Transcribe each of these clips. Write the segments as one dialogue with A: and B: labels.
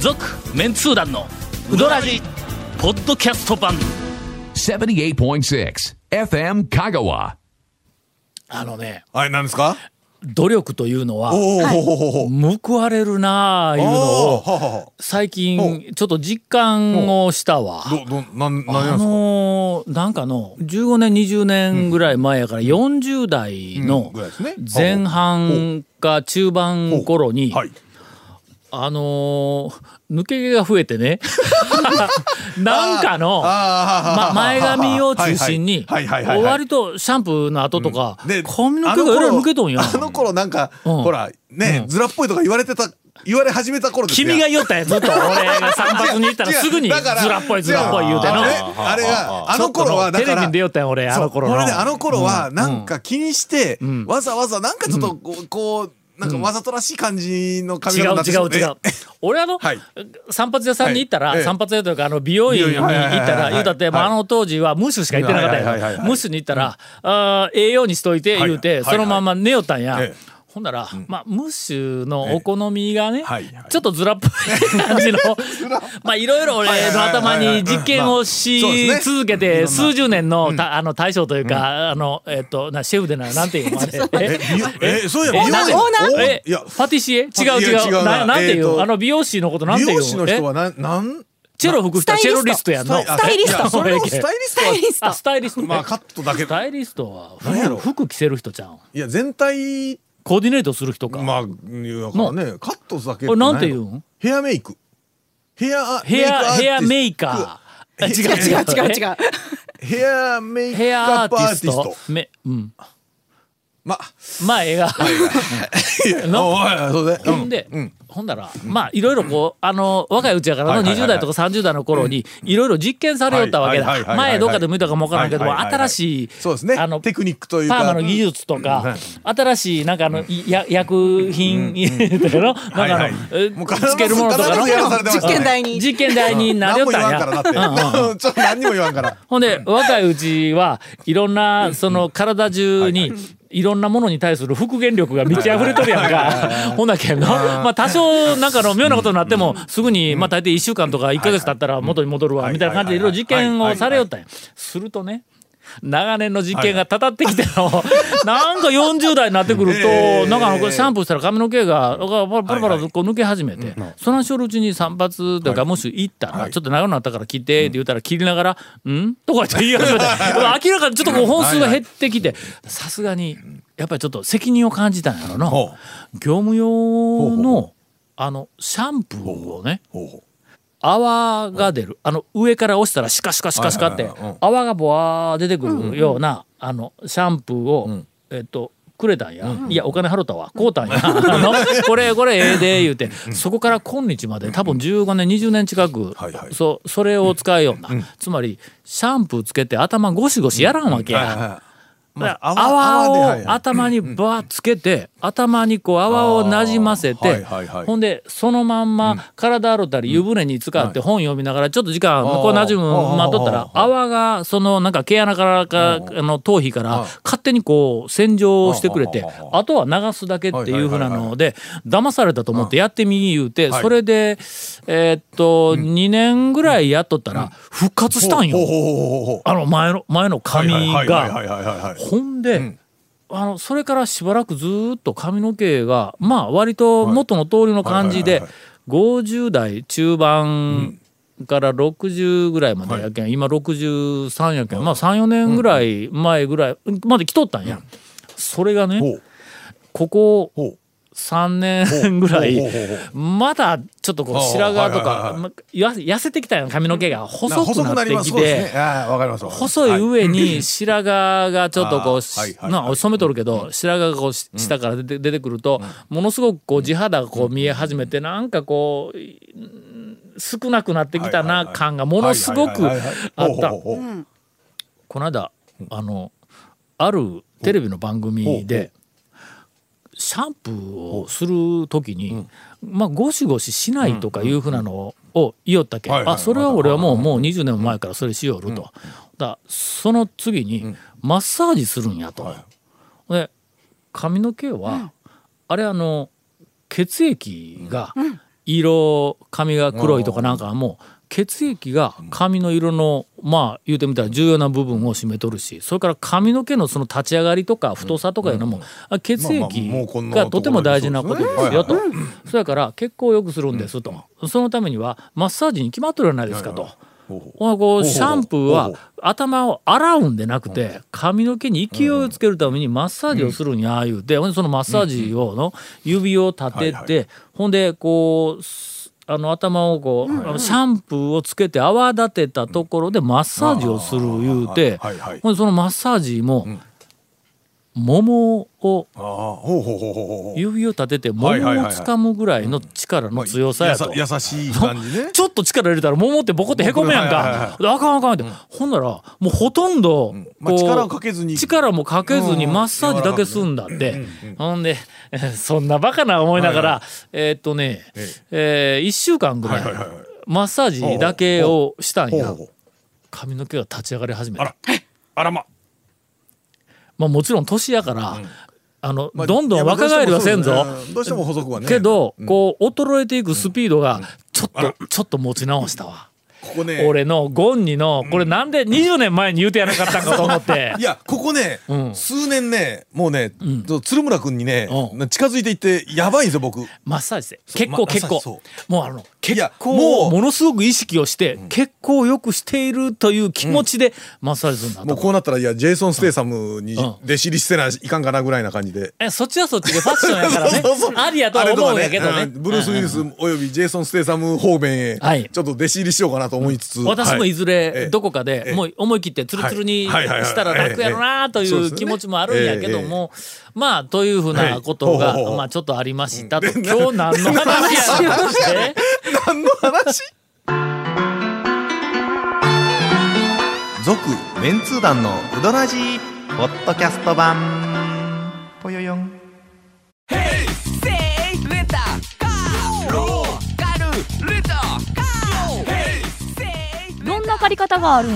A: 続メンツー団のウドラジポッドキャスト版
B: 78.6 FM Kagawa.
A: あのね
C: はい、なんですか
A: 努力というのは
C: おーほほほほ
A: 報われるなあいうの
C: お
A: を
C: ーほほほ
A: 最近ちょっと実感をしたわ。
C: ど、ど、なん、何な
A: あ
C: んですか
A: のーなんかの15年20年ぐらい前やから40代
C: うん
A: の
C: ぐらいですね
A: 前半か中盤頃に
C: はい。
A: あのー抜け毛が増えて ねなんかのま、
C: あー
A: 前髪を中心に
C: はいはいはいはいはい
A: 割とシャンプーの後とか
C: で
A: 髪の毛がえらい抜けとんや
C: あの頃あの頃なんか、
A: うん
C: ほら、ね、ズラっぽいとか言われてた、言われ始めた頃ですよ
A: 君が言ったやつずっ と俺が散髪に行ったら
C: 違う
A: すぐに
C: だから
A: ズラっぽいズラっぽい言うて
C: 違
A: の
C: あのねあれが、あの頃は、
A: ちょっとのテ
C: だか
A: レビ
C: ら
A: に出。よったやん俺あの頃
C: そ
A: の
C: う俺ねあの頃はなんか気にして、わざわざなんかちょっとこう,、こうなんかわざとらしい感じの髪
A: 違
C: 型に
A: う
C: なって
A: 違
C: しま
A: う違う
C: え
A: 俺あの、
C: はい
A: 散髪屋さんに行ったら、
C: はいええ
A: 散髪屋というかあの美容院に行った
C: 美容院はいはいはい
A: ら
C: はい
A: 言うたって、まあ
C: はい
A: あの当時はムッシュしか行ってなかったやん、
C: はいはいはいはい
A: ムッシュに行ったら、あーええようにしといて言うて、
C: はいはい
A: そのまま寝よったんや、
C: ええ
A: ほんなら、まあ、ムッシュのお好みがね、
C: はいはい
A: ちょっとずらっぽい感じの まあいろいろ俺の頭に実験をし
C: はいはいはいはいうんまあそうですね
A: 続けて数十年の,、たあの大将というか、あのえっ、となシェフでななんていう のあれえ
C: 美容えそういや美
A: え、
C: 容
A: なんで
C: 院お
A: え
C: いや
A: パティシエ違う
C: いや
A: 違
C: 違
A: う。
C: う
A: な
C: な
A: なんてい
C: えー
A: う
C: と
A: あの、美容師のことなんてい
C: 美
A: う
C: 容師の人
A: え
C: はなんなん
A: チェロ服着たら
D: ス
A: チ
D: タイ
A: ェ
D: リスト
A: ロリストやんの。
D: スタイリスト
C: あいやそれを
A: ス
C: スタイリストは
D: タイリスト
A: あ、スタイリスト。
C: まあカットだけ
A: スタイリストは
C: 何やろ
A: 服着せる人ちゃうん。
C: いや全体
A: コーディネートする人か。
C: まあだからねカットだけ
A: これなんていうん
C: ヘアメイクヘア
A: ヘア、ヘアメイカー。あ違
D: 違う違う違う違
A: う。
D: う。
C: ーヘアメイク
A: ヘア
C: ア
A: アーテ
C: ップア
A: ィ
C: ー
A: ス
C: ティス
A: ト
C: ト。
A: め、うん。
C: まあ
A: まあ、映画。
C: いや
A: の
C: おいおいそうだ
A: ほ
C: ようんん
A: で、
C: うん
A: ほんなら、まあ、いろいろこう、あの、若いうちやから
C: は
A: の
C: いはいは
A: 20
C: い
A: 代とか30代の頃に、いろいろ実験されよったわけ
C: はい
A: だ。
C: はいはいはいはい
A: 前どっかで見たかもわからんけども、
C: はいはいはいは
A: 新
C: い
A: しい、
C: そうですね
A: あの、
C: テクニックというか
A: パーマの技術と
C: うん
A: か、新しい、なんかあの、いや薬品、とかの、なんかあ
C: はいはい
A: のえ
C: もう必ず
A: つけるものとかの
C: 必ずやらされてまし
D: 実
C: たね
D: 験台に。
A: 実験台にな
C: 何
A: りよっ
C: も言
A: た
C: わ
A: ん
C: んから
A: や。
C: だって ちょっと何にも言わんから
A: ほんで、若いうちはいろんな、その体中に、いろんなものに対する復元力が満ち溢れとるやんか。ほんだけんの。まあ多少なんかの妙なことになっても、すぐに、まあ大抵1週間とか1ヶ月経ったら元に戻るわ、みたいな感じでいろいろ実験をされよったんや。するとね、長年の実験がたたってきて の、なんか40代になってくる
C: え
A: と、
C: え
A: なんかあのこれシャンプーしたら髪の毛が、パラパラパラとこう抜け始めて、そのしるうちに散髪というか、もし行ったら、ちょっと長くなったから切って、って言ったら切りながら、んとかって言い始 めて、明らかにちょっとこう本数が減ってきて、さすがに、やっぱりちょっと責任を感じたんやろな。
C: ほ
A: 業務
C: ほ
A: 用
C: うほう
A: の、あの、シャンプーをね、
C: ほうほ
A: 泡が出るあの上から押したらシカシカシカシカって
C: はいはいはいうん
A: 泡がボワー出てくるようなあのシャンプーをえっとくれたんや、いやお金払ったわこうたんやあ のこれこれええで言うて、そこから今日まで多分15年20年近く、
C: はいはい
A: そそれを使えような、つまりシャンプーつけて頭ゴシゴシやらんわけ
C: う
A: や。
C: はいはいまあ
A: 泡
C: で
A: を
C: はいはい
A: 頭にバーつけて頭にこう泡をなじませ
C: あー
A: て
C: はいはいはい
A: ほんでそのまんま体洗ったり湯船に使って本読みながらちょっと時間
C: あー
A: こうなじむ待っとったら
C: あー
A: 泡がそのなんか毛穴からかあの頭皮から勝手にこう洗浄してくれて
C: あー
A: あとは流すだけっていうふうなので騙されたと思ってやってみ言うて
C: はい
A: それでえーっと2年ぐらいやっとったら復活したん
C: ほう
A: よ
C: ほうほうほうほう
A: あの前の前の髪
C: はいはいは
A: が
C: い。はいはいはい
A: ほんで、あのそれからしばらくずーっと髪の毛がまあ割と元の通りの感じ
C: はい
A: で
C: はい
A: 50代中盤から60ぐらいまでやけん、今63やけん、まあ34年ぐらい前ぐらいまで来とったんや、それが
C: ほ
A: ね
C: う
A: ここ
C: ほう
A: 3年ぐらい
C: ほうほうほうほ
A: まだちょっとこう
C: ああ
A: 白髪と
C: はいはい
A: か
C: はい
A: まや痩せてきたよ髪の毛が細
C: な細
A: く
C: く
A: な
C: な
A: っ
C: り
A: て
C: ます
A: き
C: そう
A: て。
C: ですねあーわかりますわかりま
A: 細
C: す
A: い上に白髪がちょっとこうし、
C: あーはいはい
A: な染めとるけど、白髪がこうし下から出て出てくると、ものすごくこう地肌がこう見え始めて、なんかこううん少なくなってきた
C: はいは
A: な
C: いはい
A: 感がものすごく
C: はいはいはいはい
A: あった
C: ほうほうほう
A: この間あのあるテレビの番組でシャンプーをする時にまあゴシゴシしないとかいうふうなのを言おったけ
C: はいはい
A: あそれは俺はもうもう20年も前からそれしよるとだその次にマッサージするんやと
C: い
A: で髪の毛はあれあの血液が色髪が黒いとかなんかはもう血液が髪の色のまあ言うてみたら重要な部分を占めとるしそれから髪の毛のその立ち上がりとか太さとかいうのもあ血
C: まあまあもうこ
A: 液
C: んな
A: がとても大事なことですよ
C: とことろ。
A: それから血行を良くするんですとそのためにはマッサージに決まってるじゃないですかと。
C: ほうほう
A: ほらこう
C: ほう
A: シャンプーは
C: ほうほ
A: 頭を洗うんでなくて髪の毛に勢いをつけるためにマッサージをするんやいうてほんでそのマッサージをの指を立て
C: はいは
A: てほんでこうすあの頭をこうあのシャンプーをつけて泡立てたところでマッサージをする言うて
C: はいはい
A: ほんでそのマッサージも桃を
C: ああほうほうほうほうほう
A: 指を立てて桃を
C: はいはいはいはい
A: 掴むぐらいの力の強さやと。
C: 優しい感じね
A: ちょっと力入れたら桃ってボコってへこむやん
C: はいはい
A: か。あかんあかんって。ほんなら、もうほとんど、
C: ま
A: こ
C: あ
A: う
C: 力をかけずに
A: 力もかけずに
C: うん
A: マッサージだけすんだって。ほんで、 えーそんなバカな思いながら、えーっとね、え1週間ぐらい
C: はいはいはい、
A: マッサージだけをしたん
C: ほうほ
A: や
C: う。ほう
A: 髪の毛が立ち上がり始め
C: あ
A: た
C: ら。あらま
A: まあもちろん年やから、あの、どんど
C: いや
A: ん
C: まあ
A: 若返りはせん
C: ど
A: ぞ
C: うしても。そうですねどうしても補足はね
A: けど、こう、衰えていくスピードが、ちょっと、ちょっと持ち直したわ。
C: ここね
A: 俺のゴンニのこれなんで20年前に言うてやなかったんかと思って
C: いやここね、
A: ん
C: 数年ねもうね、鶴村君にね、
A: うん
C: 近づいていってやばいんですよ僕
A: マッサージで
C: そう
A: 結構
C: ま
A: 結
C: ま
A: 構
C: さに
A: もうあの
C: い
A: 結
C: やも
A: 構
C: う
A: ものすごく意識をして結構よくしているという気持ちでマッサージするんだ
C: もう
A: と。
C: こうなったらいやジェイソン・ステイサムに
A: うん
C: 弟子入りしてないかんかなぐらいな感じで。
A: えそっちはそっちでファッションやからね
C: そうそうそう
A: ありやとは思うんやけど
C: あ
A: ね
C: れとかうんブルース・ウィルスおよびジェイソン・ステイサム方面へ、
A: はい
C: ちょっと弟子入りしようかなと思いつつ、
A: 私もいず
C: え
A: れ
C: え
A: どこか
C: え
A: で
C: え
A: もう思い切ってツルツルに
C: はいはいはいはい
A: したら楽やろなと
C: ええそ
A: い
C: うで
A: う
C: すね
A: 気持ちもあるんやけどもまあというふうなこと
C: はいほうほうほ
A: が
C: う
A: まあちょっとありましたと今日何の 話やりまして
C: 何の話
D: 続メンツー団のウドラジーポッドキャスト版ぽよよん
E: どんな借り方があるん
F: ウ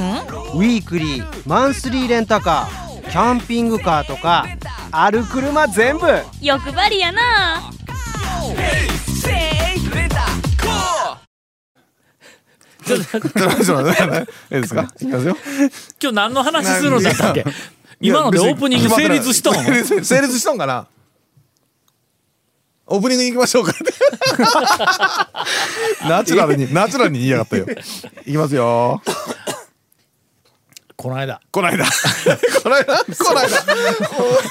F: ィークリーマンスリーレンタカーキャンピングカーとかある車全部
E: 欲張りやな
A: ちょっと
C: 何の話なんですか いきますよ
A: 今日何の話するんだったっけ今のでオープニング成立しとん
C: いや別に成立しとんかなオープニングに行きま しょうかナチュラルにナチュラルに言いやがったよいきますよ
A: この間、
C: こ ないだこないだこないだ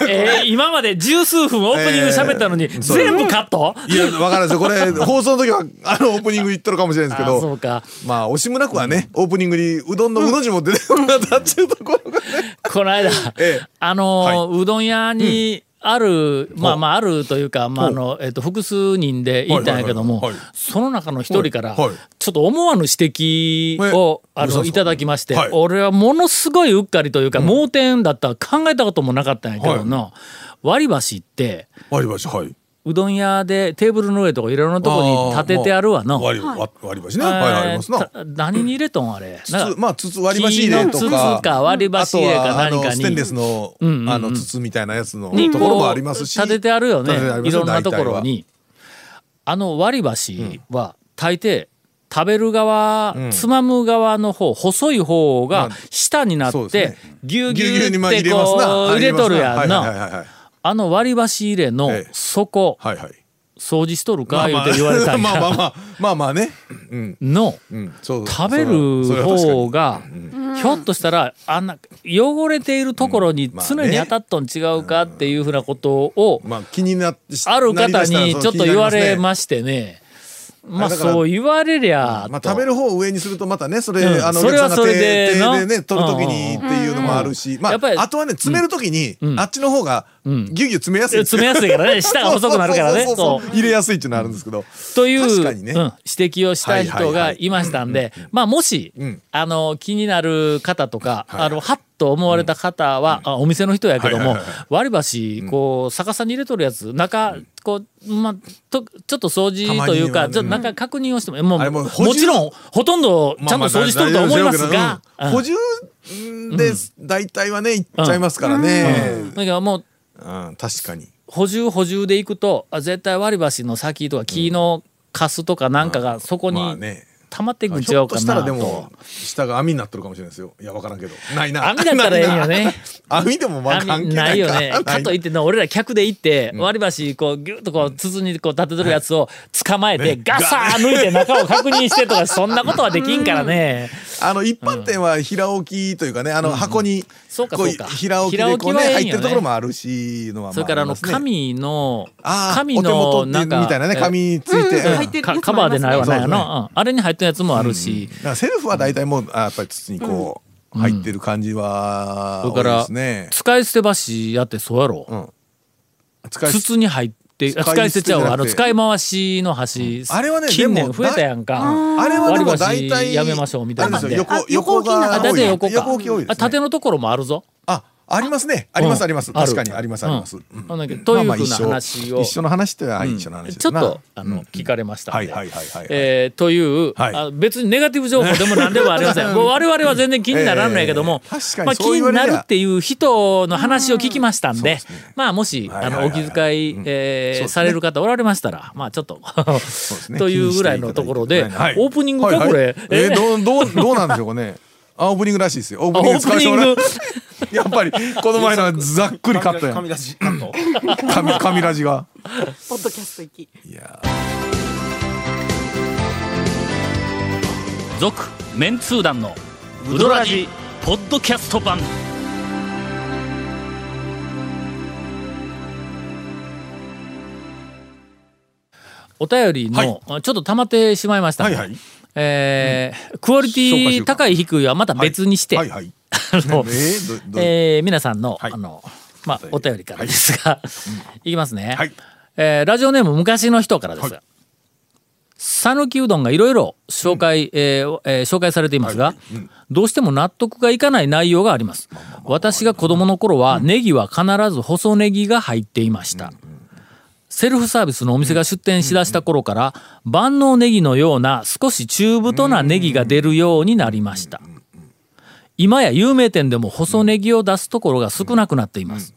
A: えー、今まで十数分オープニング喋ったのに、全部カット
C: いやわからないですよこれ放送の時はあのオープニング言っとるかもしれないですけ
A: あそう
C: ど
A: か
C: まあ惜しむなくはねオープニングにうどんのうの字も出てこなかったっていうところがね
A: この間、
C: ええ
A: あのーうどん屋にある、まあまああるというか、まああのえっと複数人で行ったんやけども、
C: はいはいはいはい
A: その中の一人から、
C: はいはい
A: ちょっと思わぬ指摘を
C: え
A: あ
C: 嘘
A: の
C: です
A: い
C: か
A: ただきまして、
C: はい
A: 俺はものすごいうっかりというか、盲点だった考えたこともなかったんやけどの、割り箸って
C: 割り箸はいう
A: どん屋でテーブルの上とかいろんなとこに立ててあるわの。
C: 割り割割り箸ねはいありますな
A: えーた何に入れとんあれ。なん
C: 筒
A: か
C: まあ筒割り箸入れと
A: 木の
C: か
A: 筒か割り箸入れか何かに
C: あとはあのステンレスのあの筒みたいなやつの
A: に
C: ところもありますし
A: こう立ててあるよね
C: 立ててありま
A: い
C: すよ
A: ろんなところにあの割り箸は大抵食べる側、つまむ側の方細い方が下になっ
C: そう
A: て
C: ですね
A: ぎゅう
C: 大
A: ぎ
C: 体は
A: ゅうっ
C: ぎゅうぎゅう
A: て
C: に
A: こ
C: ま
A: う
C: あ入れます
A: 入れと
C: な
A: るやん
C: 入れますは
A: ない
C: いははいはい
A: あの割り箸入れの
C: ええ
A: 底
C: はいはい
A: 掃除しとる
C: ま
A: か
C: あ
A: 言
C: ま
A: う
C: あ
A: て言われたん
C: まあまあ
A: や
C: まあまあまあねうん
A: の
C: うんそう
A: 食べる
C: それはそれ
A: 方
C: は確か
A: がひょっとしたらあんな汚れているところに
C: まあ
A: 常に
C: ね
A: 当たっとん違うかっていうふうなことを
C: にまあ気になってし
A: ある
C: なり
A: 方
C: だしたら
A: に
C: その
A: ちょっと言われ
C: 気になり
A: ましてねまあ
C: あれだから
A: そう言われりゃ
C: すねまあ
A: と
C: 食べる方を上にするとまたねそれ
A: うん
C: あのお
A: そ
C: 客
A: れ
C: さ
A: は
C: んが
A: それで
C: 手手
A: な
C: でね取るときにっていうのもあるしま
A: やっぱり
C: ああとはね詰めるときにあっちの方がぎゅうぎゅう詰めやすい
A: 詰めやすいからね下が細くなるからね
C: そうそうそう
A: そう
C: そう入れやすいっていうのあるんですけど
A: という、
C: 確か
A: うん、
C: に
A: 指
C: ね
A: 摘をした人がいましたんで、まあもし、
C: うん
A: あの気になる方とか、
C: い
A: あのはっと思われた方は、あお店の人やけども、
C: はいはいは
A: 割り箸こう逆さに入れとるやつ中こうまあとちょっと掃除というか、
C: たまにはね
A: ちょっと中確認をしてももう
C: あれも
A: も
C: う補充
A: ちろんほとんどちゃんと
C: まあまあ
A: 掃除しとると思いますが。
C: 大
A: うん
C: 丈夫ですようん補充です大体はねいっちゃいますからね
A: だからもう
C: うん確かに
A: 補充補充でいくとあ絶対割り箸の先とか木のカスとかなんかがそこ
C: まあ
A: に
C: ね
A: 溜まっていくん
C: ひ
A: ちゃ
C: ょ
A: う
C: っと
A: か
C: した
A: な
C: らで
A: と
C: も下が網になってるかもしれないですよいやわからんけどない な
A: 網だったらええんよね
C: 網でもまあ関
A: 網
C: 係
A: な
C: ないい
A: よ
C: か
A: ねかといってな俺ら客で行って割り箸こうギュッとこう筒にこう立てとるやつを捕まえてガサー抜いて中を確認してとかそんなことはできん からね
C: あの一般店は平置きというかねあの箱に
A: そうか
C: こ
A: そうか
C: 平置きでこう
A: 平置きはえ
C: ね
A: えんよね
C: 入ってるところもあるしのはま
A: それからあ
C: り
A: の
C: ますね
A: 紙の
C: あー
A: 紙
C: お
A: の
C: 手元
A: な
C: っ
A: ん
C: て
A: か
C: みたいなね
A: え
C: 紙について、
G: うんうん
C: う
G: 入
C: ん
G: ってる
A: かカバーでないわないや
C: そう
A: な、うんあれに入ったやつもあるし、
C: だからセルフは大体もうあやっぱり筒にこう入ってる感じは
A: うん
C: 多いですね、
A: 使い捨て箸やってそうやろ、
C: 使い捨て
A: 筒に入ってあ使
C: 使
A: い
C: い
A: 捨て
C: 捨て
A: ち
C: じ
A: ゃう
C: ゃなくて
A: わあの使い回しの箸
C: あれはね
A: 近
C: で
A: 年
C: も
A: 増えたやんか
C: あれはでも
A: 割
C: 大
A: り箸
C: 体
A: やめましょうみたいな
C: あれですよ
G: あ
C: 横
G: 横
C: 横
G: 置きになっ
C: が
A: あ
G: た
C: 多
A: 大
C: い
A: 体横か
C: 横置き多いで
A: あ
C: すね
A: 縦のところもあるぞ
C: あありますねありますあります
A: うんる
C: 確かにありますあります、
A: う
C: うんん
A: ほんだけどという
C: まあ
A: ふう
C: ま
A: な
C: あ一緒
A: 話を
C: 一緒の話とは
A: うん
C: 一
A: ち
C: 緒の
A: ょ
C: 話
A: っ
C: ですな
A: とあ
C: う
A: の
C: ん
A: 聞かれましたん
C: はい
A: で
C: はいはいはいはい
A: えーという、
C: はい
A: あ別にネガティブ情報でも何でもありませ んもう我々は全然気にならないけども、
C: ええ確かに
A: まあ、気
C: そ
A: に
C: う言われり
A: な
C: ゃ
A: るっていう人の話を聞きましたんでまあもし、
C: はいはい
A: あ
C: はい
A: のお気遣い、
C: うん
A: えー
C: そうですね
A: される方おられましたらまあちょっと
C: す ね
A: というぐらいのところで、
C: 気にしていただいて
A: オープニングか、
C: はいはい
A: これ。
C: えーどうどうどうなんでしょうかねあオープニングらしいですよオー
A: オ
C: プニング
A: ー
C: 使
A: プ
C: わせ
A: ニ
C: て
A: ン
C: もらう
A: グ
C: やっぱりこの 前のはざっくりカットやん
G: 出しカット
C: 紙紙ラジが
G: ポッドキャスト行き
C: いや
A: 続メンツー団のウドラジポッドキャスト版お便りの、
C: はい
A: あちょっと溜まってしまいました、
C: はいはい
A: えークオリテ
C: そうかそ
A: ィ
C: うか
A: 高い低いはまた別にして、
C: はいはい
A: あの
C: えーどど
A: えー皆さんの,、
C: はい
A: あのまあ、
C: お
A: お
C: 便り
A: 便りからですが、 い、きますね、
C: はい
A: えーラジオネーム昔の人からです
C: はい
A: 讃岐、うどんがいろいろ紹介、えーえー紹介されていますが、
C: はいうん
A: どうしても納得がいかない内容があります、私が子供の頃は、ネギは必ず細ネギが入っていました、セルフサービスのお店が出店しだした頃から、万能ネギのような少し中太なネギが出るようになりました。今や有名店でも細ネギを出すところが少なくなっています。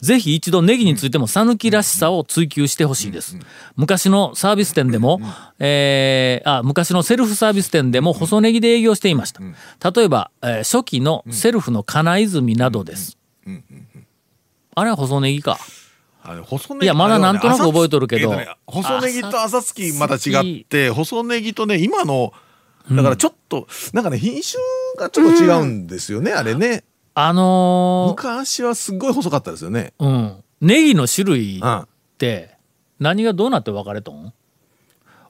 A: ぜひ一度ネギについても讃岐らしさを追求してほしいです。昔のサービス店でも、えーあ、昔のセルフサービス店でも細ネギで営業していました。例えば、えー初期のセルフの金泉などです。あれは細ネギか。
C: あれ細ネ
A: いやまだなんとなく
C: あれはね
A: 覚えとるけど
C: 朝えーとね細ネギと
A: 朝
C: 朝月また違って細ネギとね今のだからちょっとなんかね品種がちょっと違うんですよねあれね
A: あのー
C: 昔はすっごい細かったですよね
A: うん、ネギの種類
C: うん
A: って何がどうなって分かれとん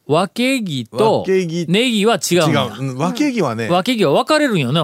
A: 分け木と
C: 分け木
A: ネギは違うん
C: 違
A: や
C: ううん分け木はね
A: 分け木は分かれるんよね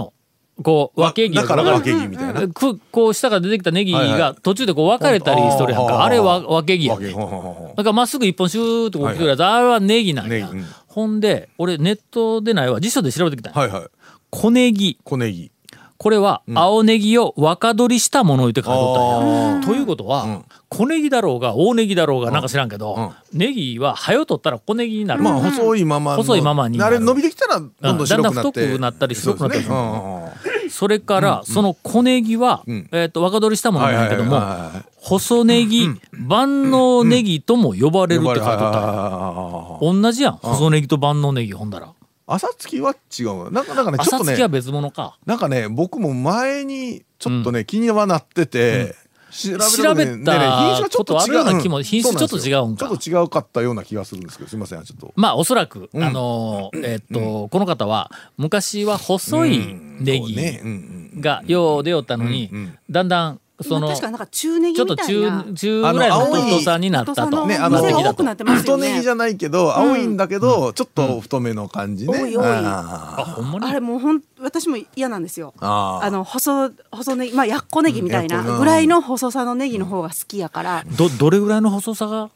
A: こう
C: わ
A: 分け木
C: だから
A: 分
C: 分
A: かれ
C: け木みたいな
A: るくこう下から出てきたネギ
C: はいは
A: が途中でこう分かれたりしとるやん
C: ほんと
A: か
C: あー
A: あれは分け木や
C: 分け
A: ね
C: ほうほうほうほう
A: だからまっすぐ一本シューってこう来るやつあれはネギなんや
C: ネギうん
A: ほんで俺ネットでないわ辞書で調べてきたんや
C: はいはい
A: 小ネギ
C: 小ネギ
A: これは青ネギを若取りしたものを言って書いとったんや
C: あ
A: ということは、
C: ん
A: 小ネギだろうが大ネギだろうがなんか知らんけど、ネギは早取ったら小ネギにな
C: ー
A: る、
C: まあ細いままの
A: 細いままにな
C: あ
A: る
C: れ伸びてきたらどんどん白くなって
A: うんだんだん太くなったり白くなったりする
C: そうですねうんうんうん
A: それから、その小ネギは、
C: ん
A: えっ、と若取りしたものなんやけども、
C: はいはいはいはい
A: 細ネギ、万能ネギとも呼ばれるって書いとった、同じやん細ネギと万能ネギほんだら
C: 朝月は違うなんかなんかねちょ
A: 朝
C: っとね
A: 月は別物か
C: なんかね僕も前にちょっとね、気にはなってて、
A: 調べた
C: ねねね品種がちょっと
A: ことあるような気も
C: 違う
A: 品種ちょっと
C: そうなん
A: 違うん
C: です
A: か
C: よちょっと違うかったような気がするんですけどすいませんちょっと
A: まあおそらく、
C: ん
A: あのーえっ、と、この方は昔は細いネ
C: そう
A: ギ
C: ねうんうん
A: がよう出よったのに、
C: うんうん
A: だんだんそ
G: 今
A: の
G: 確かになんか中ネ
A: ち
G: ギ
A: ょっと
G: みたいな
A: 中中ぐらいの太さになった
G: 太さ
A: と。
G: の
C: ねあの
G: 店が多くなってます
C: 太
G: よ
C: ネギ
G: ね
C: じゃないけど青いんだけど、ちょっと太めの感じね、
G: 多い多い
A: あ
C: あ
A: ほんまに
G: あれもうほん私も嫌なんですよ
C: あー
G: あの細細ネギまあやっこネギみたい
C: やっこ
G: な
C: な
G: ぐらいの細さのネギの方が好きやから
A: どどれぐらいの細さが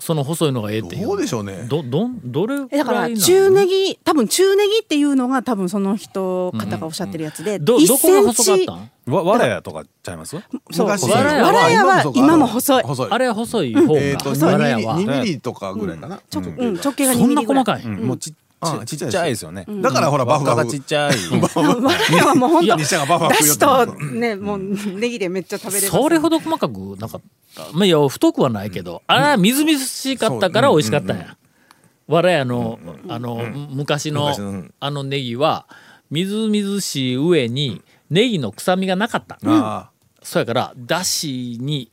A: その細いのがええっていう
C: どうでしょうね
A: どどんどれぐら
G: え
A: い
G: だ
A: な
G: から
A: の
G: 中ネギ多分中ネギっていうのが多分その人方がおっしゃってるやつで、
A: ど
G: 1
A: どこが細かっ
G: セン
A: た
G: チ
A: ん
H: わ、わらやとかちゃいます
G: そう
C: 昔
A: わらやは
G: わらやは今も細い
C: 細い
A: あれは細い方が、
C: えっ、と
A: わらやは
C: 2ミリ2ミリとかぐらいかな、
G: ちょ
C: うん
G: うん、直径が2
A: そん
G: ミ
A: な
G: リぐら
A: 細
G: い
A: かい、
H: もうちっち
C: あ
H: ゃ
C: あ
H: い、
C: ち
H: ち
C: っちゃい
H: っちゃいですよね。
C: だからほらバフバ
H: が
C: フ
H: ちっちゃい。
G: わらやはもう本当
C: 西山バフバ
G: だ
C: フ言
G: し
C: うてます
G: とねもうネギでめっちゃ食べれる
A: それほど細かくなかったまあいや太くはないけど、あれはみずみずしかったから美味しかったんや、わらやの,、あの昔の
C: 昔のうん
A: あのネギはみずみずしい上にネギの臭みがなかった、
C: あ
A: そうやからだしに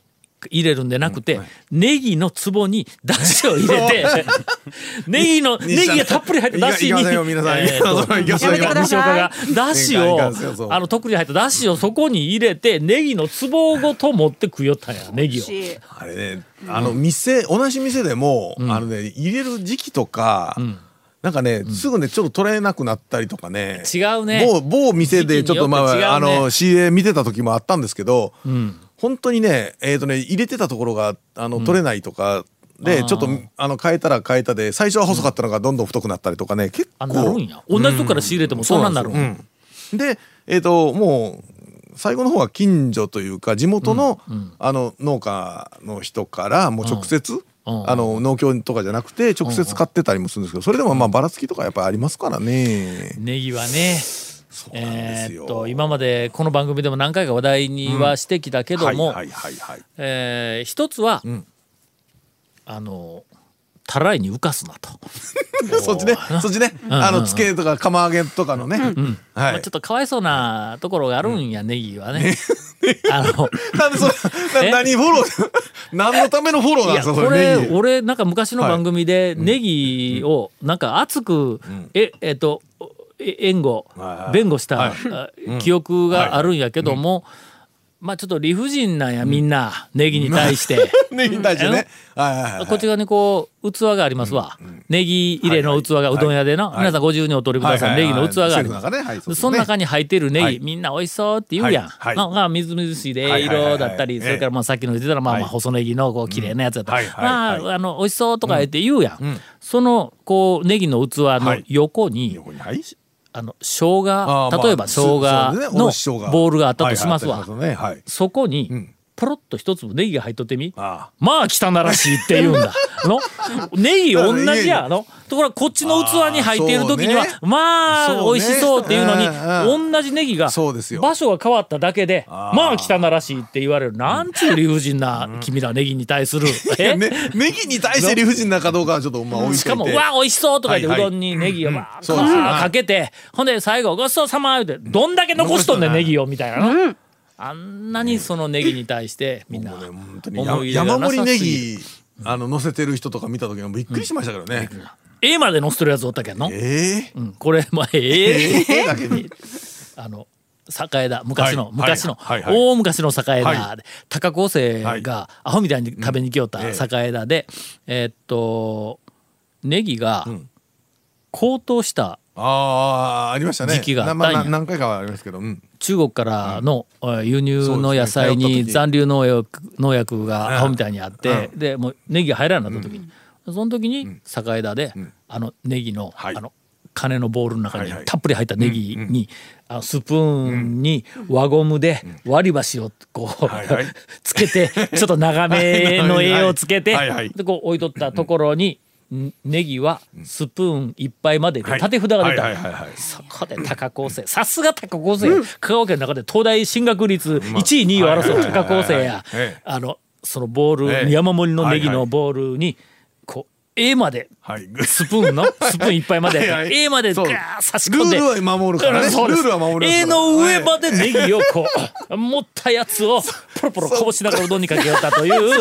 A: 入れるんでなくて、ネギの壺にだしを入れ てネギのネギがたっぷり入っただしに
C: いかいかませんよ皆さん
A: えーと
C: いかません
A: 西
C: よ
A: 岡
G: やめてくだ
A: 西
G: さい
A: 岡がだし
C: い
A: を
C: かんいかんそうそう
A: あの特に入っただしをそこに入れてネギの壺ごと持って食いよったんやネギを。
G: し
C: ああれねあの店同じ店でも、あのね入れる時期とか、なんかね、すぐねちょっと取れなくなったりとかね
A: 違うね
C: 某某店でちょっとまあ,、
A: 時期によ
C: あ
A: って違うね
C: の CA 見てた時もあったんですけど、
A: ん
C: 本当にねえっ、とね入れてたところがあの取れないとか、で
A: あー
C: ちょっとあの変えたら変えたで最初は細かったのがどんどん太くなったりとかね結構
A: あなるんや同じとこから仕入れてもそんなんなるん
C: そうなんですようんでえっ、ともう最後の方は近所というか地元の,、あの農家の人からもう直接、
A: うん
C: あの農協とかじゃなくて直接買ってたりもするんですけどそれでもまあばらつきとかやっぱりありますからね。
A: ネギはね
C: そうなんで
A: え
C: す
A: ー
C: よ
A: っと今までこの番組でも何回か話題にはしてきたけども、
C: はいはいはいはい
A: えー一つは、
C: ん
A: あのたらいに浮かすなと、
C: そっちねそっちね、
A: ん
C: あのつけとか釜揚げとかのね、は
A: まあ
C: い
A: ちょっとかわいそうなところがあるんや、ネギはね。 あ の
C: なんでそれ
A: え
C: な何フォロー 何のためのフォローなん
A: い
C: で
A: や
C: すか
A: こ
C: そ
A: れ
C: れね
A: 俺なんか昔の番組でネギをなんか熱く、ええっとえ援護
C: はいはい
A: 弁護した、あ記憶があるんやけども、まあちょっと理不尽なんやみんな、ネギに対して。
C: ネギに対してね、はいはいはいはい
A: こっち側にこう器がありますわ、ネギ入れの器がうどん屋でな、
C: はい
A: 皆さんご自由にお取りください、
C: はいはいはい
A: ネギの器があります、
C: シェフの中ねはいそうですね
A: その中に入ってるネギ、
C: はい
A: みんな美味しそうって言うやん、
C: はいはい
A: まあまあみずみずしいで
C: はいはいはいはい
A: 色だったり、
C: ええ
A: それからまあさっきの言ってたらまあまあ
C: はい
A: 細ネギのこう綺麗なやつだったり、
C: うんはいはいはい
A: まああの美味しそうとか言って言うやん、そのこうネギの器の横に、
C: 横にはい
A: あの生姜、
C: あーまあ
A: 例えば生姜
C: そうですねおろし生
A: の
C: 姜
A: ボールがあったとしますわ、
C: はいはいはいはい
A: そこに、
C: ん
A: ポロッと一粒ネギが入っとってみ
C: あ
A: まあ汚らしいって言うん だのネギ同じやのところがこっちの器に入っている時には
C: あーそうね
A: まあ
C: そう
A: 美
C: ね
A: 味しそうっていうのに
C: うん
A: 同じネギが
C: そうですよ
A: 場所が変わっただけで
C: ー
A: まあ汚らしいって言われるなんちゅう理不尽な君らネギに対するえ
C: あ ね、ネギに対して理不尽なかどうかはちょっとまあ置い
A: し
C: とい
A: か
C: て
A: も「うわ美味しそう」とか言っ
C: はい
A: てう
C: はい
A: どんにネギをわー
C: そうですね
A: かけてほんで最後「ごちそうさま」言うて「どんだけ残しとんねんネギを」みたいなのあんなにそのネギに対してみんな
C: もうね本当に
A: 思い入れ
C: 山
A: がな
C: 盛り
A: さす
C: ネ
A: ぎる
C: ギあの乗せてる人とか見た時はびっくりしましたけどね、
A: A まで載せてるやつおったけんの
C: ええ
A: うんこれまあええ
C: ええだけに
A: あの栄田昔の、
C: はい
A: 昔の、
C: はいはいはい
A: 大昔の栄田で、
C: は
A: 高校生
C: は
A: がアホみたいに食べに来よった
C: うんえ
A: 栄
C: え
A: 田で、えーっとネギが高騰した
C: ああありましたね
A: 時期があったんや
C: まあな何回かはありますけど、うん、
A: 中国からのえー輸入の野菜
C: そうです
A: に
C: ね
A: 残留農薬農薬が
C: ん
A: アホみたいにあって、でもうネギが入らなかった時に、その時に栄田で、あのネギの、
C: はい
A: あの金のボールの中
C: はい
A: に
C: はい
A: たっぷり入ったネギに、あのスプーンに輪ゴムで割り箸をこう、
C: はいはい
A: つけてちょっと長めの栄養をつけて、
C: はいはい
A: でこう置いとったところに、んネギはスプーン一杯までで縦札が出た。
C: はいはいはいはい
A: そこで高校生、さすが高校生、香川県の中で東大進学率1位、2位を争う高校生や
C: はいはいはいはいええ、
A: あの、そのボー
C: え
A: ル、
C: え
A: 山盛りのネギ
C: はいは
A: の
C: い
A: ボールに、こう、A まで、
C: はい
A: スプーンの、スプーンいっぱいまで、
C: はいはい
A: A までガ
C: そう
A: ー差し
C: ル
A: 込んで、
C: ールは守るからね
A: そうです
C: ルールは守りま
A: A
C: すから
A: の上までネギをこう、持ったやつを、ポロポロこぼしながらうどんにかけよったという、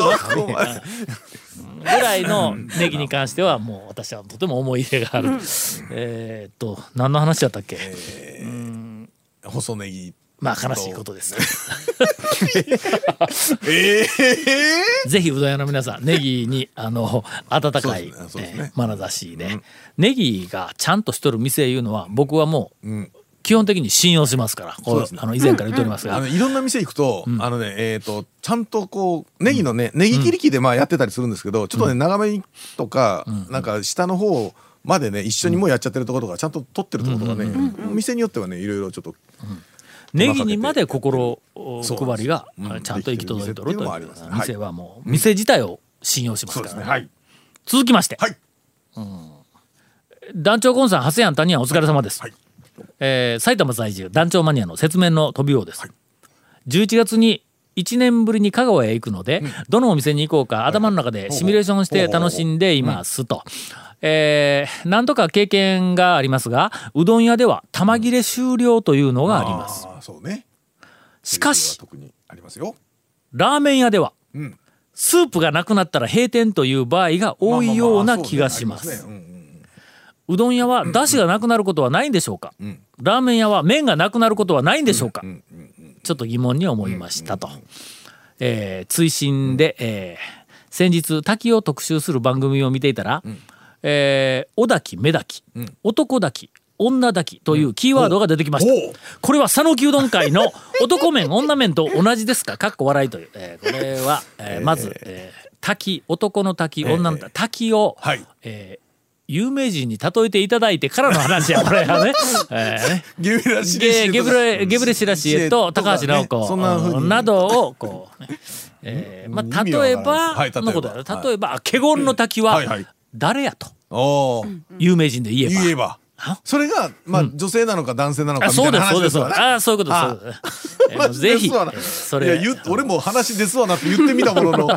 A: ぐらいのネギに関しては、もう私はとても思い入れがある。えーっと、何の話だったっけ
C: 細ネギ
A: まあ悲しいことです。
C: ええ
A: ぜひうどん屋の皆さん、ネギにあの温かい、
C: そうですねそうですね
A: えー眼差しで、ネギがちゃんとしとる店いうのは僕はもう、
C: ん
A: 基本的に信用しますから、こう
C: そうですね
A: あの以前から言っておりますが、
C: あのいろんな店行くと、あのねえっ、とちゃんとこうネギのね、ネギ切り機でまあやってたりするんですけど、ちょっとね長めにとか、なんか下の方までね一緒にもうやっちゃってるところとかちゃんと取ってるところとかね、店によってはねいろいろちょっと
A: ネギにまで心
C: そうな
A: 配
C: んです
A: りが
C: うん
A: ちゃんと行き届いてるとい
C: できて
A: う
C: る店っていうのもありますねはい
A: 店はもう店自体を信用しますから、
C: はい
A: 続きまして、
C: はい
A: うん団長コンさん長谷谷谷はお疲れ様です、
C: はい
A: えー埼玉在住団長マニアの説明の飛び王です、11月に1年ぶりに香川へ行くので、どのお店に行こうか頭の中でシミュレーションして楽しんでいますと。えー、何とか経験がありますがうどん屋では玉切れ終了というのがあります
C: あーそうね
A: しかし
C: 特にありますよ
A: ラーメン屋では、
C: うん
A: スープがなくなったら閉店という場合が多いような気がしま
C: あああ
A: す
C: そうねありますねうんうん
A: うどん屋は出汁がなくなることはないんでしょうか、
C: ん
A: ラーメン屋は麺がなくなることはないんでしょうか、
C: ん
A: ちょっと疑問に思いましたと、えー追伸で、えー先日滝を特集する番組を見ていたら「えー、おだき目だき、男だき女だき」というキーワードが出てきました、
C: おう
A: これは讃岐うどん界 の男麺女麺と同じですかかっこ笑いという、えーこれは、えーまず、えー滝男の滝女の滝,、滝を、
C: はい
A: えー有名人に例えていただいてからの話やこれ はね。えーね
C: ゲブラシレシエ
A: ゲ
C: と
A: ゲブレゲブレシラシエと高橋直
C: そんな風
A: 子
C: に
A: などをこう、ねえーまあ、
C: 意味わ
A: 例えば
C: からんですはい
A: のことだ
C: 例えば
A: よ例えば「華厳の滝は
C: はいはい
A: 誰や?」と
C: おー
A: 有名人で言えば。
C: 言えばそれがまあ女性なのか男性なのか
A: あ
C: みた
A: そ
C: いう
A: で
C: な
A: すそうでそう
C: 話ですすわ
A: です
C: な
A: あそういうことですそうです えーもうぜひ、え
C: 話
A: ー
C: ですわ
A: そ
C: ないや
A: れ
C: 言う俺も話ですわなって言ってみたものの違うよう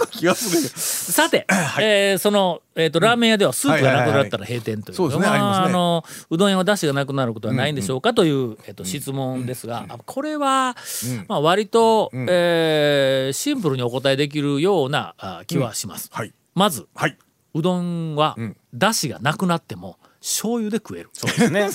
C: な気がするけど
A: さて、えーその、えー、とラーメン屋ではスープがなくなったら閉店という、
C: はいはいはいそうですねありますね
A: あのうどん屋は出汁がなくなることはないんでしょうかという、えー、と質問ですが、あこれは、まあ、割と、えーシンプルにお答えできるようなあ気はします。
C: はい
A: まず
C: はいう
A: どんは、出汁がなくなっても醤油で食える。
H: そうですね。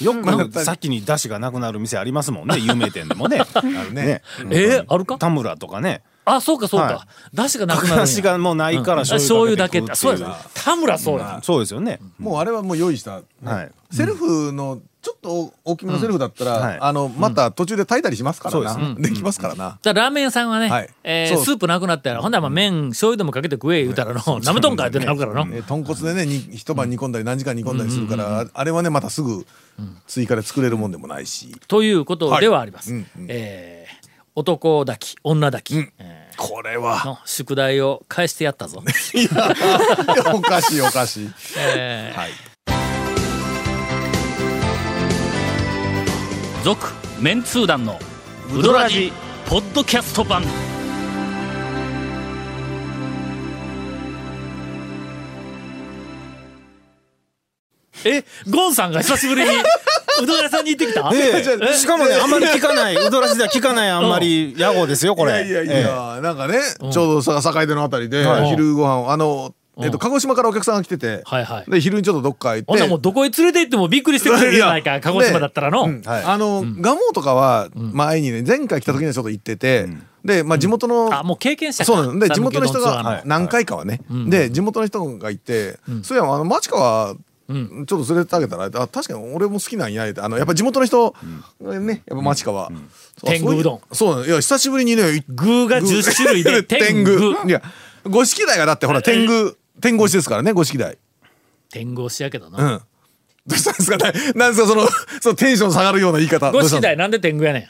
H: よくさっきに出汁がなくなる店ありますもんね。有名店でもね。ある
C: ね。
A: えーあるか
H: 田村とかね。
A: あそうかそうか、
H: は
A: 出汁がなくなるんや
H: 出汁がもうないか
A: うん
H: ら
A: 醤
H: 醤
A: 油
H: 油
A: だ
H: だ
A: け
H: け
A: っ
H: 食
A: て
H: うってい
A: そ
H: う
A: うや田村そうや、
H: そうですよね。
C: もうあれはもう用意した
H: はい。
C: セルフのちょっと大きめのセルフだった
H: うんはい
C: らあのまた途中で炊いたりしますから
H: そう
C: な できますから
A: だ
C: な
A: からラーメン屋さんはね、
C: はい
A: えー
C: そう
A: スープなくなったらほんならまあ麺醤油でもかけて食え言うたらのなめとんかってなるからの、
C: えー豚骨でねに一晩煮込んだり何時間煮込んだりするから、ああれはねまたすぐ追加で作れるもんでもないし、
A: ということではあります、
C: はいうんうん
A: えー男抱き女抱き、え
C: これ
A: ー
C: は
A: の宿題を返してやった ぞ、
C: いや おかしいおかしい
A: え
C: はい
A: ー、続メンツー団のウドラジポッドキャスト版えゴンさんが久しぶりにうどん屋さんに行って きた
H: ええしかもね、あんまり聞かない、うどらしでは聞かない、あんまり野号ですよ、こ
C: い
H: れ。
C: やいやい
H: え
C: や、なんかねちょうどさ境出のあたりで
A: い
C: 昼ご飯をあの、えっ
A: うん
C: と鹿児島からお客さんが来てて、
A: はいはい
C: で昼にちょっとどっか行
A: ほんならも
C: っ
A: う
C: て。
A: どこへ連れて行ってもびっくりしてくれ るじゃないか、鹿児島だったらの。
C: うんあの、蒲生とかは前にね前回来た時にはちょっと行ってて、で、まあ、地元の、
A: あ、もう経験者か
C: そうなんで地元の人
A: 讃岐うどんツアーの
C: が何回かはね、で地元の人がいて、そういやあの町川ちょっと連れてあげたら、あ確かに俺も好きなんやってあのやっぱ地元の人、ねやっぱ町川、そう
A: 天狗うどん
C: そういうそうなのいや久しぶりにねい
A: 具が10種類で天
C: 天
A: 狗
C: 狗いや五色台がだってほら天狗天狗推しですからね五色台
A: 天狗推しやけど
C: う
A: な。
C: んどうしたんですかねなんですかそのそのテンション下がるような言い方
A: 五
C: どうした
A: 色
C: んですか
A: 台なんで天狗やねん。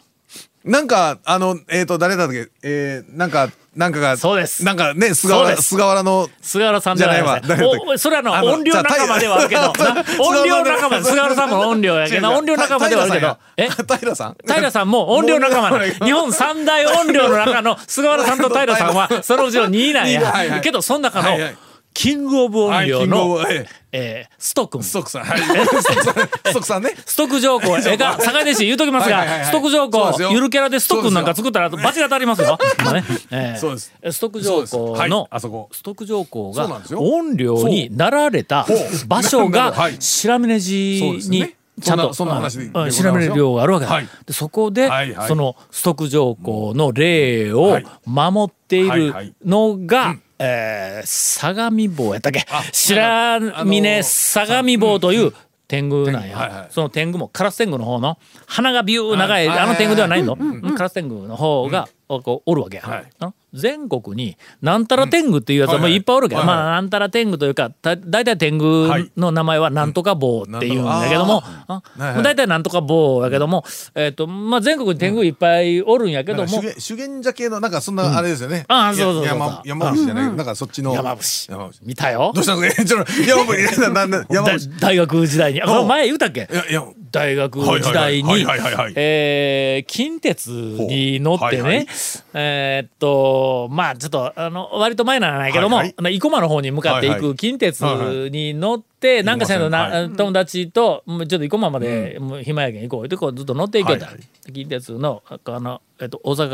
C: なんかあのえっ、と誰だったっけえー、なんかなんかが
A: そうです
C: なんかね菅
A: そう
C: 原
A: です
C: 菅原の
A: 菅原さんではない
C: じゃないわ
A: おそれはの
C: あの
A: 音量仲間ではあるけど、
C: じゃあ
A: な
C: 平
A: 音量仲間、菅原さんも音量やけど、音量仲間ではあるけど、え
C: え平さん
A: 平さんも音量仲間なの
C: もう
A: 日本三大音量の中の菅原さんと平さん はそのうちの2位なん
C: 二位だはいは
A: や。
C: い
A: けど、その中
C: は
A: の
C: いはい
A: キングオブ音
C: はい
A: 量
C: キングオ
A: の
C: ブはい、
A: えースト君。
C: ストックさんはいストックさんストックさんね
A: ストック条 項、ええか、坂出市言うときます
C: はいはいはいは
A: が、
C: い
A: ストック条
C: そう
A: 項
C: です、よ
A: ゆるキャラでストックなんか作ったら、罰が当たります よ。まあねええ
C: そうです
A: ストック条
C: そう
A: 項
C: ですはい
A: の、
C: あそこ
A: ストック条項
C: そう
A: が
C: なんですよ
A: 音量になられた
C: そう
A: 場所
C: な
A: が
C: るほど はい
A: 白峰寺
C: そうです
A: に
C: ね
A: ちゃんと
C: そんなそんな話で
A: うん
C: でございますよ
A: 白峰寮があるわけだ、
C: はい
A: でそこで、
C: はいはい
A: そのストック条項の例を
C: はい
A: 守ってい
C: はい
A: る
C: はい
A: のが、えー相模坊やったっけ白峰相模坊という天狗なんや、
C: はいはい
A: その天狗もカラス天狗の方の鼻がビュー長い、あの天狗ではないの、カラス天狗の方が、こうおるわけや、
C: はい
A: あの全国になんたら天狗っていうやつはもういっぱいおるけど、
C: はいはい
A: まあなんたら天狗というかだ大体天狗の名前はなんとか坊っていうんだけども、あ
C: いはい
A: もう大体なんとか坊やけども、えっ、とまあ全国に天狗いっぱいおるん やけど
C: なんか
A: も、
C: 修験修験者系のなんかそんなあれですよね、
A: ああそうそうそう
C: や
A: そう
C: 山山伏じゃない、なんかそっちの
A: 山伏
C: 山伏
A: 見たよ
C: どうしたのえちょっと山伏いやななな山
A: だ
C: 伏い
A: 大学時代にあこれ前言うたっけ
C: やいや
A: 大学時代
C: はい
A: に
C: はいはいはいはいはい
A: えー近鉄に乗ってね、
C: ほうはいはい
A: えーっとまあちょっとあの割と前なんやけども、
C: はいはい
A: あの生駒の方に向かってい
C: はいは
A: く
C: い
A: 近鉄に乗って、なんかせんとな、
C: は
A: 友達ともうちょっと生駒まで、もう暇やけん行こうってこうずっと乗っていけた、
C: はいはい
A: 近鉄のあの、えっと、大
C: いはい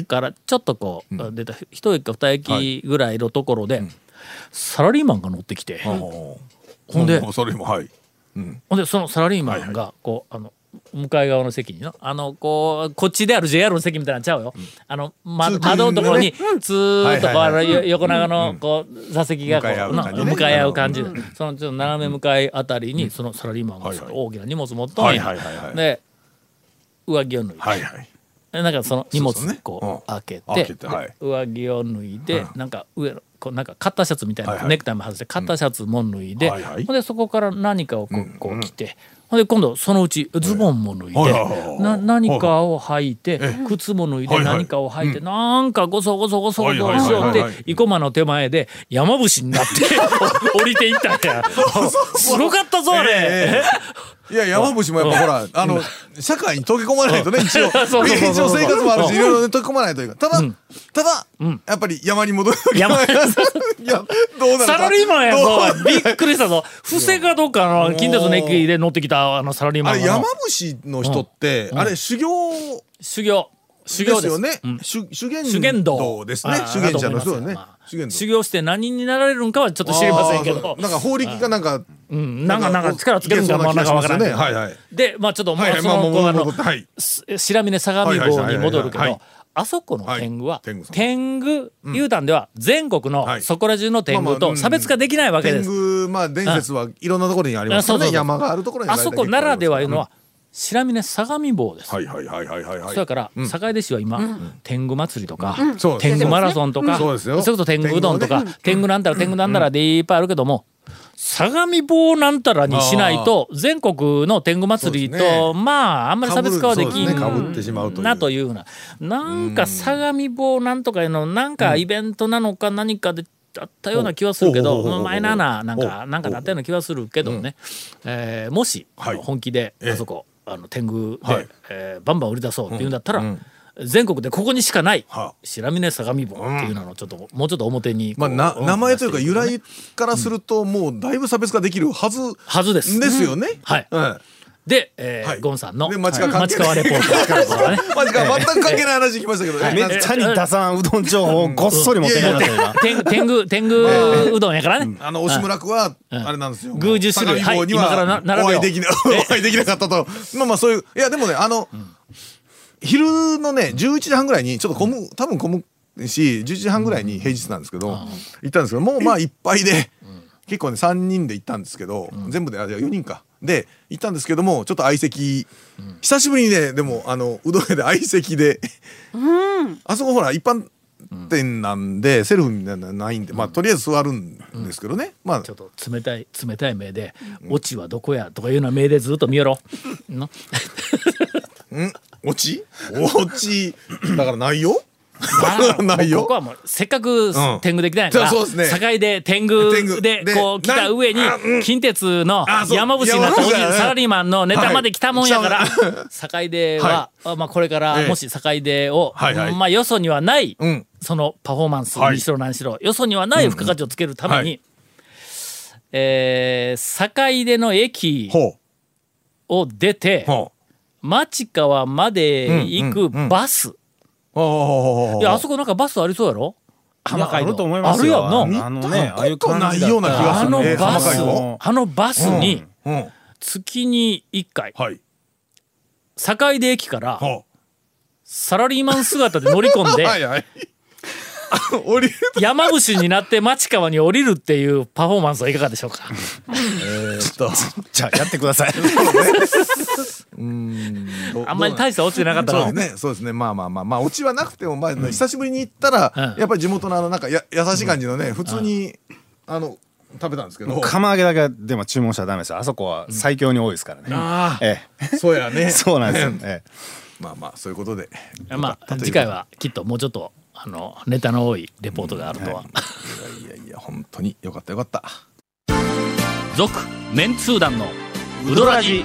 A: 阪からちょっとこう、出た一駅か二駅ぐらいのところで、サラリーマンが乗ってきて。ほんで
C: それもはい
A: ほんでそのサラリーマンがこう、あの向かい側の席になあのこうこっちである JR の席みたいなのちゃうよ、あの、ま、
C: 通勤
A: 窓のところに
C: ね
A: ずーっとこう
C: は
A: あ
C: い
A: の
C: はいはい
A: よ横長のこう座席がこ
C: 向かい合
A: う
C: う感じ
A: な
C: ね
A: 向かい合う感じでそのちょっと斜め向かいあたりにそのサラリーマンが
C: はいはい
A: 大きな荷物持っとん
C: はい
A: や
C: はいはいはい
A: で上着を脱いで
C: はいはい
A: でなんかその荷物
C: そうですね
A: こう
C: う
A: 開
C: ん
A: けて
C: 開けてはい
A: で上着を脱いで、なんか上のこうなんかカッターシャツみたいな、
C: はいはい
A: ネクタイも外してカッターシャツも脱いで、
C: うんはいはい
A: ほんでそこから何かをこう,、こう着て。ほんで今度そのうちズボンも脱いで、
C: はいはいはいはい
A: な何かを履いて、靴も脱い
C: はい
A: で
C: はい
A: 何かを履いて、なんかごそごそごそごそ
C: はい
A: し
C: はい
A: よっ
C: はい
A: て
C: はい
A: 生駒の手前で山伏になって 降りていったんやすごかったぞあれ、
C: ええいや山伏もやっぱほらあの社会に溶け込まないとね一応
A: そうそうそうそう
C: 一応生活もあるしいろいろね溶け込まないというかただただやっぱり山に戻るわけに はいかないいやどうなるか
A: サラリーマンや
C: どう
A: ぞびっくりしたぞ不正かどっかの近鉄の駅で乗ってきたあのサラリーマ
C: あ
A: ン
C: れ
A: があの
C: 山伏の人ってあれ修行
A: 修行修
C: で
A: 行
C: す
A: です
C: よね
A: うん
C: 修
A: 修
C: 修
A: 験
C: 験
A: 道
C: 道ですね
A: あ
C: 修験者の人
A: だと思
C: だ
A: い
C: ね
A: ます
C: 修
A: よまあ
C: 験道
A: 修行して何になられるんかはちょっと知りませんけ
C: あーそ
A: ど
C: うなんか法力がなんか
A: うんなんかなんか力つけるんか
C: いけそ
A: ま
C: う
A: あなん
C: な気
A: か
C: が
A: わ
C: し
A: か
C: ます
A: らんけ
C: よね
A: ど
C: はいはい
A: でまあちょっともう
C: はいはい
A: そ
C: まあ
A: の
C: もう
A: こうあの
C: 戻ってはい
A: す白峰相模
C: はいはい
A: 号
C: は
A: に
C: いはいはい
A: 戻るけ
C: はい
A: どあそこの天狗は
C: はい天狗さん
A: 天狗いうたんでは全国の
C: はい
A: そこら中の天狗
C: まあまあ
A: と
C: うん
A: 差別化できないわけ
C: 天
A: です
C: 狗まあ伝説はいろんなところにあり
A: あ
C: ます
A: そ
C: よ
A: うそうそう
C: ね山があるところに
A: あそこならではいうの
C: は
A: は白峰相模坊です
C: はいはいはいはいはいはい。
A: そやから、坂出市は今、天狗祭りとか、
C: そうです
A: 天狗マラソンとか、
C: うんそうですよ
A: れこそ天狗うどんとか、
C: 天狗
A: 天狗なんたら天狗なんたらでいっぱいあるけども、相模坊なんたらにしないと、全国の天狗祭り
C: そうです
A: と、まあ、あんまり差別化はできん
C: かぶってしまうという。
A: なというふうな。なんか相模坊なんとかいうの、なんかイベントなのか何かで、だったような気はするけ
C: ほうほうほう
A: ど、
C: ほう
A: マイナーな、なん
C: ほ
A: か、
C: う
A: なんかだったような気はするけどね。えーもし、
C: はい
A: 本気で、
C: ええ
A: あそこ、あの天狗で、
C: はい
A: えーバンバン売り出そうっていうんだったら、全国でここにしかない
C: はあ
A: 白峰相模坊っていうのをちょっと、もうちょっと表にこ
C: まあ
A: う、
C: な
A: うん
C: 名前というか
A: 出して
C: 由
A: くね
C: 来からするともうだいぶ差別化できるはず
A: はずです
C: ですよね。
A: はい
C: うん。
A: で、えー
C: はい
A: ゴンさんの
C: で町川関係ない
A: 川レポートです からね
C: マジか全く関係ない話聞きましたけど。
H: めっちゃに打算うどん情報をごっそり持ってきましたよ今
A: 天天狗天狗うどんやからね、
C: あの押村区はあれなんですよ。
A: 偶十種類
C: 相模坊に
A: はい今から
C: は
A: な並べ
C: お
A: よう
C: 会いできなお会いできなかったと。まあまあそういういやでもねあの昼のね11時半ぐらいにちょっと混む多分混むし11時半ぐらいに平日なんですけど行ったんですけどもうまあいっぱいで結構ね3人で行ったんですけど全部であ4人か。で行ったんですけどもちょっと相席久しぶりにねでもあのうどん屋で相席で あそこほら一般店なんでセルフみたいなのないんでまあとりあえず座るんですけどねまあ
A: ちょっと冷たい冷たい目で「オチはどこや?」とかいうような目でずっと見よろ。の
C: 落ち落ちだからないよ ない
A: こ
C: よ
A: こはもうせっかく天狗できたんやから、
C: そうそうですね
A: 境で天狗
C: 天
A: で
C: 狗で
A: こう来た上に
C: なんあうん
A: 近鉄の
C: あそう
A: 山伏になったおじい
C: 山伏
A: サラリーマンのネタまで来たもんやから、
C: はい
A: 境では、あまあ、これから
C: ええ
A: もし境でを、
C: はいはい
A: まあよそにはない、
C: うん
A: そのパフォーマンス
C: はい
A: にしろ何しろ、よそにはない付加価値をつけるために、
C: うんうんは
A: えー境出の駅
C: ほ
A: を出て
C: うほう
A: 町川まで行くバス、
C: ほうほうほうほう
A: いやあそこなんかバスありそうやろ
H: い
A: 浜
H: やあ
A: 街道
H: ると思います
A: あるやんな
H: あのね、ああいう感じだ
C: ないような気が
A: あ
C: する
A: の
C: ね
A: バス、
C: えー浜
A: あのバスに
C: うんうん
A: 月に1回、
C: はい
A: 坂出駅から
C: ほ
A: サラリーマン姿で乗り込ん
C: う
A: で、
C: はいはい降りる
A: 山伏になって町川に降りるっていうパフォーマンスはいかがでしょうか。
H: じゃあやってください。
A: あんまり大した落ちてなかった
C: そう
A: の。
C: ですね、そうですね、まあまあまあ、まあ、オチはなくても、まあ、久しぶりに行ったら
A: う、ん
C: やっぱり地元のあの、なんか、や、優しい感じのね、普通に。あの、食べたんですけど。
H: 釜揚げだけでも注文したらダメですよあそこは最強に多いですからね、
C: ああ、
H: え
C: そうやね。
H: えそうなんですよ、え
C: まあまあ、そういうことで。
A: まあ次回はきっともうちょっとあのネタの多いレポートがあるとは。
C: いやいや、本当によかった、よかった。
A: 続、メンツー団のウドラジ